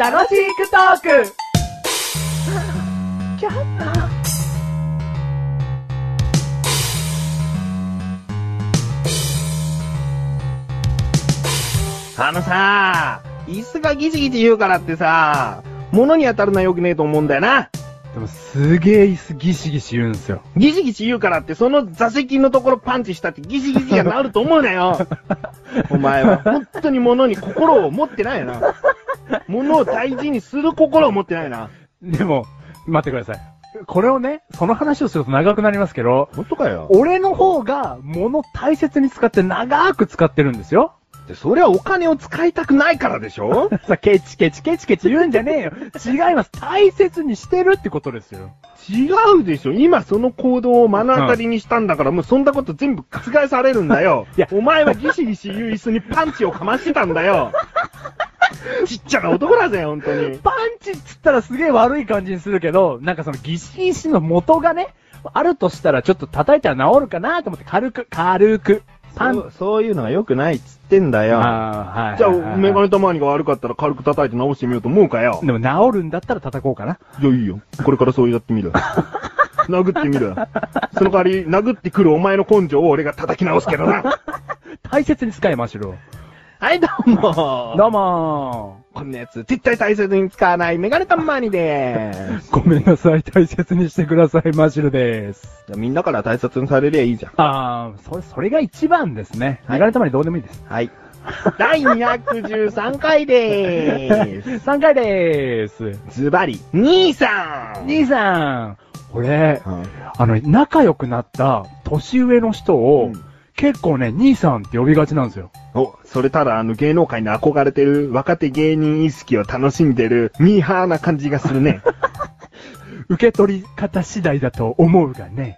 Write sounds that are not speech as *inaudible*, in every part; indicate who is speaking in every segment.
Speaker 1: 楽しくトーク
Speaker 2: あのさ、椅子がギチギチ言うからってさ、物に当たるのは良くねえと思うんだよな。
Speaker 3: でもすげえ椅子ギシギシ言うんですよ。
Speaker 2: ギチギチ言うからって、その座席のところパンチしたってギチギチにはなると思うな *laughs* よ。お前は本当に物に心を持ってないよな。物を大事にする心を持ってないな。
Speaker 3: でも、待ってください。これをね、その話をすると長くなりますけど、
Speaker 2: 本当かよ。
Speaker 3: 俺の方が物大切に使って長く使ってるんですよ。 *laughs*
Speaker 2: ってそれはお金を使いたくないからでしょ
Speaker 3: さ、ケチケチケチケチ言うんじゃねえよ。違います。大切にしてるってことですよ。
Speaker 2: 違うでしょ今その行動を目の当たりにしたんだから、もうそんなこと全部覆されるんだよ。
Speaker 3: いや
Speaker 2: お前はギシギシ言う椅子にパンチをかましてたんだ *laughs* よ。ちっちゃな男だぜ、本当に。
Speaker 3: パンチっつったらすげえ悪い感じにするけど、なんかそのギシギシの元がね、あるとしたらちょっと叩いたら治るかなと思って軽く、軽く。パン
Speaker 2: そうそういうのは良くないっつってんだ
Speaker 3: あー
Speaker 2: よ。
Speaker 3: はいはいはい
Speaker 2: じゃあ、メガネたまわりが悪かったら軽く叩いて直してみようと思うかよ。
Speaker 3: でも治るんだったら叩こうかな。
Speaker 2: *laughs* いや、いいよ。これからそうやって *laughs* みる。殴ってみ *laughs* る。その代わり、殴ってくるお前の根性を俺が叩き直すけどな。
Speaker 3: 大切に使え、マシロ。
Speaker 2: はい、どうも
Speaker 3: どうも
Speaker 2: こんなやつ、絶対大切に使わないメガネたんまにでー *laughs* す。
Speaker 3: ー。ごめんなさい、大切にしてください、マシロです。
Speaker 2: みんなから大切にされりゃいいじゃん。
Speaker 3: あー、それ、それが一番ですね。
Speaker 2: はい
Speaker 3: 流れたまにどうでもいいです。
Speaker 2: はい。第213回でーす。
Speaker 3: 3回でーす。
Speaker 2: *laughs* ズバリ、兄さん
Speaker 3: 兄さん俺、
Speaker 2: さん、
Speaker 3: あの、仲良くなった年上の人を、
Speaker 2: うん
Speaker 3: 結構ね、兄さんって呼びがちなんですよ。
Speaker 2: お、それただあの芸能界に憧れてる若手芸人意識を楽しんでるミーハーな感じがする *laughs* ね。
Speaker 3: 受け取り方次第だと思うがね。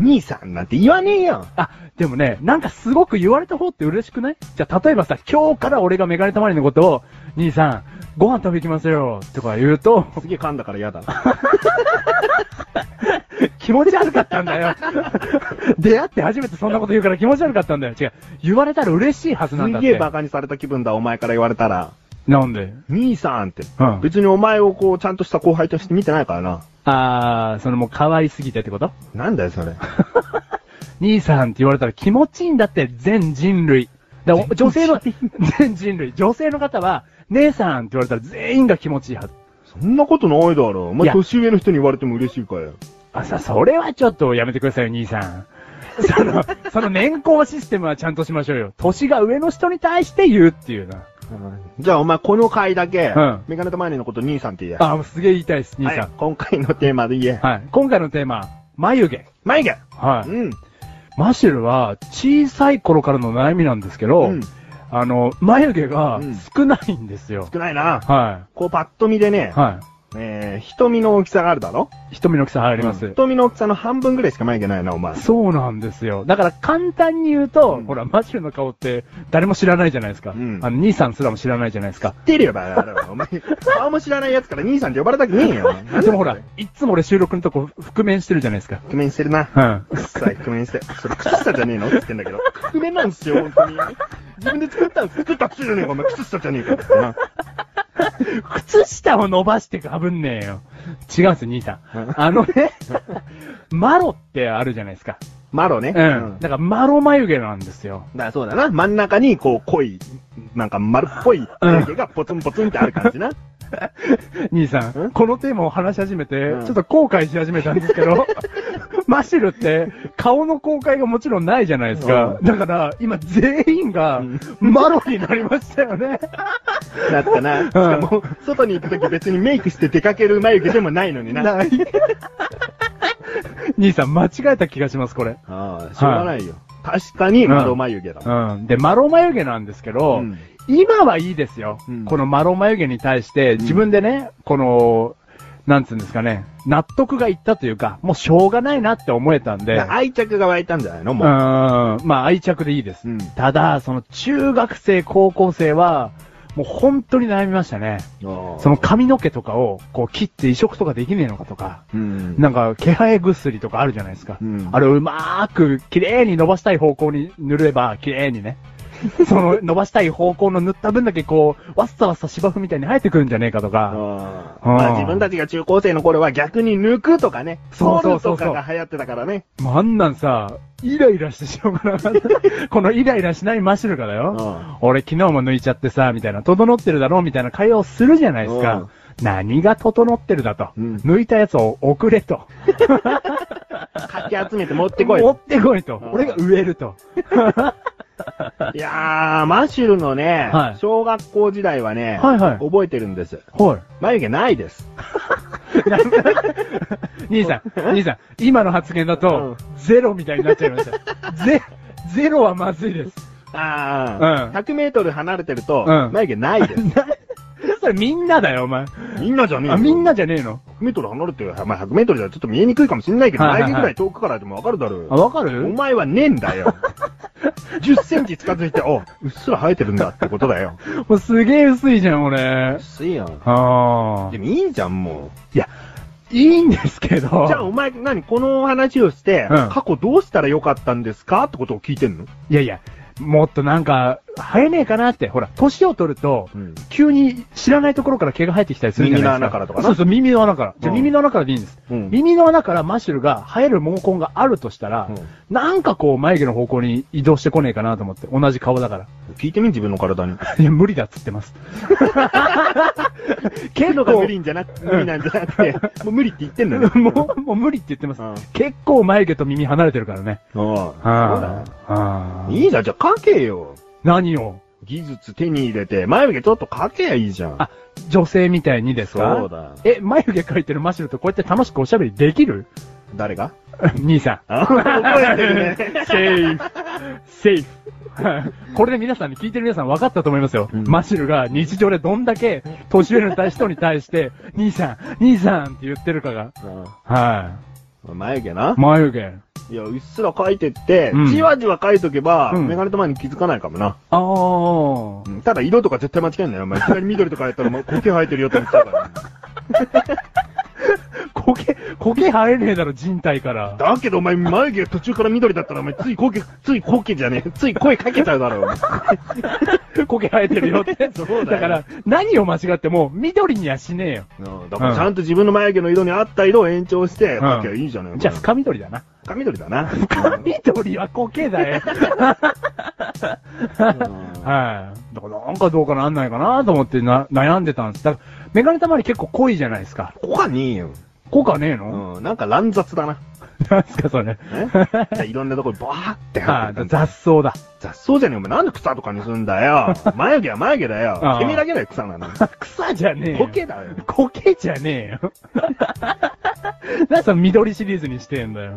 Speaker 2: 兄さんなんて言わねえよ。
Speaker 3: あ、でもね、なんかすごく言われた方って嬉しくないじゃあ、例えばさ、今日から俺がメガネたまりのことを、兄さん、ご飯食べ行きますよ、とか言うと、 *laughs*
Speaker 2: すげえ噛んだから嫌だ。
Speaker 3: 気持ち悪かったんだよ。 *laughs* 出会って初めてそんなこと言うから気持ち悪かったんだよ。違う。言われたら嬉しいはずなんだ
Speaker 2: す
Speaker 3: っ
Speaker 2: げえ
Speaker 3: て。
Speaker 2: バカにされた気分だ、お前から言われたら。
Speaker 3: なんで
Speaker 2: 兄さんって。
Speaker 3: うん
Speaker 2: 別にお前をこう、ちゃんとした後輩として見てないからな。
Speaker 3: あー、そのもう可愛すぎてってこと
Speaker 2: なんだよ、それ。
Speaker 3: 兄さんって言われたら気持ちいいんだって、全人類。だから女性の、 *laughs* 全人類。女性の方は、姉さんって言われたら全員が気持ちいいはず。
Speaker 2: そんなことないだろ。お
Speaker 3: い
Speaker 2: 前、
Speaker 3: や
Speaker 2: 年上の人に言われても嬉しいかよ。
Speaker 3: あ、さ、それはちょっとやめてくださいよ、兄さ *laughs* ん。その、その年功システムはちゃんとしましょうよ。年が上の人に対して言うっていうな。
Speaker 2: じゃあ、お前、この回だけ、
Speaker 3: うん
Speaker 2: メガネとマネのこと兄さんって言え。
Speaker 3: あ、もうすげえ言いたいです、兄
Speaker 2: はい
Speaker 3: さん。
Speaker 2: 今回のテーマで言え。
Speaker 3: はい。今回のテーマ、眉毛。
Speaker 2: 眉毛
Speaker 3: はい。
Speaker 2: うん。
Speaker 3: マシュルは小さい頃からの悩みなんですけど、
Speaker 2: うん
Speaker 3: あの、眉毛が
Speaker 2: うん
Speaker 3: 少ないんですよ。
Speaker 2: 少ないな。
Speaker 3: は
Speaker 2: こう、パッと見で
Speaker 3: い。
Speaker 2: ね、
Speaker 3: は
Speaker 2: えー、瞳の大きさがあるだろ
Speaker 3: い。瞳の大きさあります。
Speaker 2: 瞳の大きさの半分ぐらいしか眉毛ないな、お前。
Speaker 3: そうなんですよ。だから簡単に言うと、
Speaker 2: うん
Speaker 3: ほら、マシュルの顔って誰も知らないじゃないですか。
Speaker 2: うん
Speaker 3: あの、兄さんすらも知らないじゃないですか。
Speaker 2: 知ってるよ、バカ野郎お前、顔も知らないやつから兄さんって呼ばれたくね *laughs* えよ。
Speaker 3: でもほら、いっつも俺収録のとこ覆面してるじゃないですか。
Speaker 2: 覆面してるな。
Speaker 3: うん。
Speaker 2: くっさい、覆面して。それ、くっさじゃねえのって言ってんだけど。覆面なんですよ、本当に。自分で作ったんです。作った靴じゃねえか、お前、靴下じゃねえかってな。
Speaker 3: 靴下を伸ばしてかぶんねえよ。違うんですよ、兄さん
Speaker 2: うん。
Speaker 3: あのね、マロってあるじゃないですか。
Speaker 2: マロね。
Speaker 3: うん。だからマロ眉毛なんですよ。
Speaker 2: だからそうだな。真ん中に、こう、濃い、なんか丸っぽい眉毛がポツンポツンってある感
Speaker 3: *laughs*
Speaker 2: じな。
Speaker 3: 兄さ
Speaker 2: うん
Speaker 3: ん、このテーマを話し始めて、
Speaker 2: うん
Speaker 3: ちょっと後悔し始めたんですけど、マシルって顔の公開がもちろんないじゃないですか
Speaker 2: う。
Speaker 3: だから、今全員が
Speaker 2: うん
Speaker 3: マロになりましたよね。
Speaker 2: だったな。しかも、外に行くとき別にメイクして出かける眉毛でもないのにな。
Speaker 3: ない。 *laughs* 兄さん、間違えた気がします、これ。
Speaker 2: ああ、しょうがないよ。確かに、マロ眉毛だもん。
Speaker 3: うん。で、マロ眉毛なんですけど、
Speaker 2: うん
Speaker 3: 今はいいですよ。
Speaker 2: うん
Speaker 3: このマロ眉毛に対して、自分でね、この、なんつうんですかね、納得がいったというか、もうしょうがないなって思えたんで。
Speaker 2: だから愛着が湧いたんじゃないの
Speaker 3: う
Speaker 2: もう。
Speaker 3: ーん、まあ愛着でいいです。
Speaker 2: うん
Speaker 3: ただ、その中学生、高校生は、もう本当に悩みましたね。
Speaker 2: ああ
Speaker 3: その、髪の毛とかを、こう切って移植とかできねえのかとか、
Speaker 2: うん。
Speaker 3: なんか、気配薬とかあるじゃないですか。
Speaker 2: うん *laughs*
Speaker 3: あれをうまーく、綺麗に伸ばしたい方向に塗れば、綺麗にね。その伸ばしたい方向の塗った分だけこう、わっさわっさ芝生みたいに生えてくるんじゃねえかとか。
Speaker 2: あ
Speaker 3: うん
Speaker 2: まあ自分たちが中高生の頃は逆に抜くとかね、
Speaker 3: そうそうそうそう
Speaker 2: 取るとかが流行ってたからね。
Speaker 3: まあ、あんなんさ、イライラしてしょうがな
Speaker 2: *laughs*
Speaker 3: かった。このイライラしないマシュルがだよ。俺昨日も抜いちゃってさ、みたいな、整ってるだろうみたいな会話をするじゃないですか。何が整ってるだと。
Speaker 2: うん
Speaker 3: 抜いたやつを送れと。
Speaker 2: かき集めて持ってこい。
Speaker 3: 持ってこいと
Speaker 2: う。ん
Speaker 3: 俺が植えると。
Speaker 2: いやー、マッシュルのね、
Speaker 3: はい
Speaker 2: 小学校時代はね、
Speaker 3: はいはい
Speaker 2: 覚えてるんです。
Speaker 3: はい。
Speaker 2: 眉毛ないです。
Speaker 3: 兄さ
Speaker 2: *laughs*
Speaker 3: ん、兄さん、今の発言だと、ゼロみたいになっちゃいま
Speaker 2: *laughs*
Speaker 3: した。ゼ、ゼロはまずいです。
Speaker 2: あー、
Speaker 3: うん
Speaker 2: 100メートル離れてると、
Speaker 3: うん
Speaker 2: 眉毛ないです。
Speaker 3: それみんなだよ、お前。
Speaker 2: みんなじゃねえよ
Speaker 3: *laughs* あ、みんなじゃねえの
Speaker 2: 100メートル離れてる、まあ、100メートルじゃちょっと見えにくいかもしんないけど、
Speaker 3: はいはいはい
Speaker 2: 眉毛ぐらい遠くからでもわかるだろう
Speaker 3: あ、
Speaker 2: よ。
Speaker 3: わか
Speaker 2: お
Speaker 3: る
Speaker 2: 前はねえんだ
Speaker 3: *laughs*
Speaker 2: よ。10センチ近づいて、おうっすら生えてるんだってことだよ。
Speaker 3: もうすげえ薄いじゃん、俺。
Speaker 2: すいよ。
Speaker 3: ああ
Speaker 2: で。もいいじゃん、も
Speaker 3: いいんですけど。
Speaker 2: う。じゃあ、お前、何この話をして、
Speaker 3: うん
Speaker 2: 過去どうしたらよかったんですかってことを聞いてんの
Speaker 3: いやいや、もっとなんか、生えねえかなって。ほら、年を取ると、
Speaker 2: うん。
Speaker 3: 急に知らないところから毛が生えてきたりするじゃないですか。
Speaker 2: 耳の穴からとかな
Speaker 3: そうそう、耳の穴から。じゃあ
Speaker 2: うん
Speaker 3: 耳の穴からでいいんです。
Speaker 2: うん
Speaker 3: 耳の穴からマッシュルが生える毛根があるとしたら、なんかこう眉毛の方向に移動してこねえかなと思って。同じ顔だ
Speaker 2: *laughs*
Speaker 3: から。
Speaker 2: 聞いてみ、自分の体に。
Speaker 3: いや、無理だっつって *laughs* ます。
Speaker 2: け
Speaker 3: 結
Speaker 2: ど
Speaker 3: 構
Speaker 2: が無理んじゃなく、無理なんじゃなくて、もう無理って言ってんのよ。
Speaker 3: もう、もう無理って言ってます。
Speaker 2: うん
Speaker 3: 結構眉毛と耳離れてるからね。
Speaker 2: そう
Speaker 3: あ
Speaker 2: だ
Speaker 3: あ。ああ。
Speaker 2: いいじゃん、じゃあ書けよ。
Speaker 3: 何を
Speaker 2: 技術手に入れて、眉毛ちょっと描けやいいじゃん。
Speaker 3: あ、女性みたいにですか
Speaker 2: そうだ
Speaker 3: え、眉毛描いてるマシュルとこうやって楽しくおしゃべりできる *laughs*
Speaker 2: 誰が
Speaker 3: 兄さん。
Speaker 2: あ、怒られてるね。
Speaker 3: *laughs* セーフ。セーフ。 *laughs* これで皆さんに聞いてる皆さん分かったと思いますよ。
Speaker 2: うん
Speaker 3: マシルが日常でどんだけ年上の大人に対して、 *laughs* 兄さん、兄さんって言ってるかが。は。。
Speaker 2: 眉毛ない
Speaker 3: 眉毛。
Speaker 2: いや、うっすら描いてって、
Speaker 3: うん
Speaker 2: じわじわ描いとけば、
Speaker 3: うん
Speaker 2: メガネと前に気づかないかもな。
Speaker 3: あー。
Speaker 2: うんただ色とか絶対間違えんなよ。お前、いきなり緑とかやったら、お前、苔生えてるよって言っちゃうから。
Speaker 3: 苔、苔生えねえだろ、人体から。
Speaker 2: だけどお前、眉毛途中から緑だったら、お前、つい苔、つい苔じゃねえ。つい声かけちゃうだろう。
Speaker 3: 苔生えてるよって。
Speaker 2: *laughs* そうだよ
Speaker 3: から、何を間違っても、緑にはしねえよ。
Speaker 2: うんだからちゃんと自分の眉毛の色に合った色を延長して、描きゃいいじゃない、
Speaker 3: じゃあ、深緑だな。
Speaker 2: 深緑だな。
Speaker 3: 深 *laughs* 緑は苔
Speaker 2: *laughs*
Speaker 3: だよ。
Speaker 2: うん
Speaker 3: はい。だからなんかどうかなんないかなと思ってな悩んでたんです。だから、メガネたまり結構濃いじゃないですか。
Speaker 2: ここはねえよ。
Speaker 3: 濃かねえの、
Speaker 2: うん、なんか乱雑だな。
Speaker 3: なんすかそれ。
Speaker 2: *laughs* えじゃあいろんなとこにバーって入
Speaker 3: は
Speaker 2: って
Speaker 3: い、
Speaker 2: んだ
Speaker 3: 雑草だ。
Speaker 2: 雑草じゃねえお前なんで草とかにすんだ *laughs* よ。眉毛は眉毛だよ
Speaker 3: あ。あ
Speaker 2: 君だけだよ、草なの。
Speaker 3: 草じゃねえよ。
Speaker 2: 苔だよ。
Speaker 3: 苔じゃねえよ。 *laughs* なんでその緑シリーズにしてんだよ。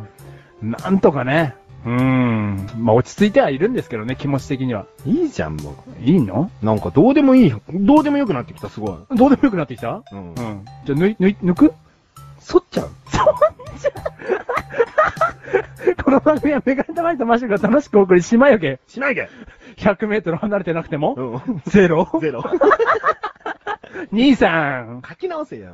Speaker 3: なんとかね。うーん。まあ落ち着いてはいるんですけどね、気持ち的には。
Speaker 2: いいじゃん、も
Speaker 3: いいの
Speaker 2: う。なんかどうでもいい、どうでもよくなってきた、すごい。
Speaker 3: どうでもよくなってきた
Speaker 2: うん
Speaker 3: う。ん。じゃあ、抜い、抜い、抜く
Speaker 2: 剃っちゃう
Speaker 3: そん *laughs* じゃ、この番組はメガネたまりとマッシュルが楽しくお送りしまよけ。
Speaker 2: しない *laughs* で。
Speaker 3: 100メートル離れてなくても、
Speaker 2: うん。 *laughs*
Speaker 3: ゼロ
Speaker 2: ゼロ。
Speaker 3: 兄さん、
Speaker 2: 書き直せよ。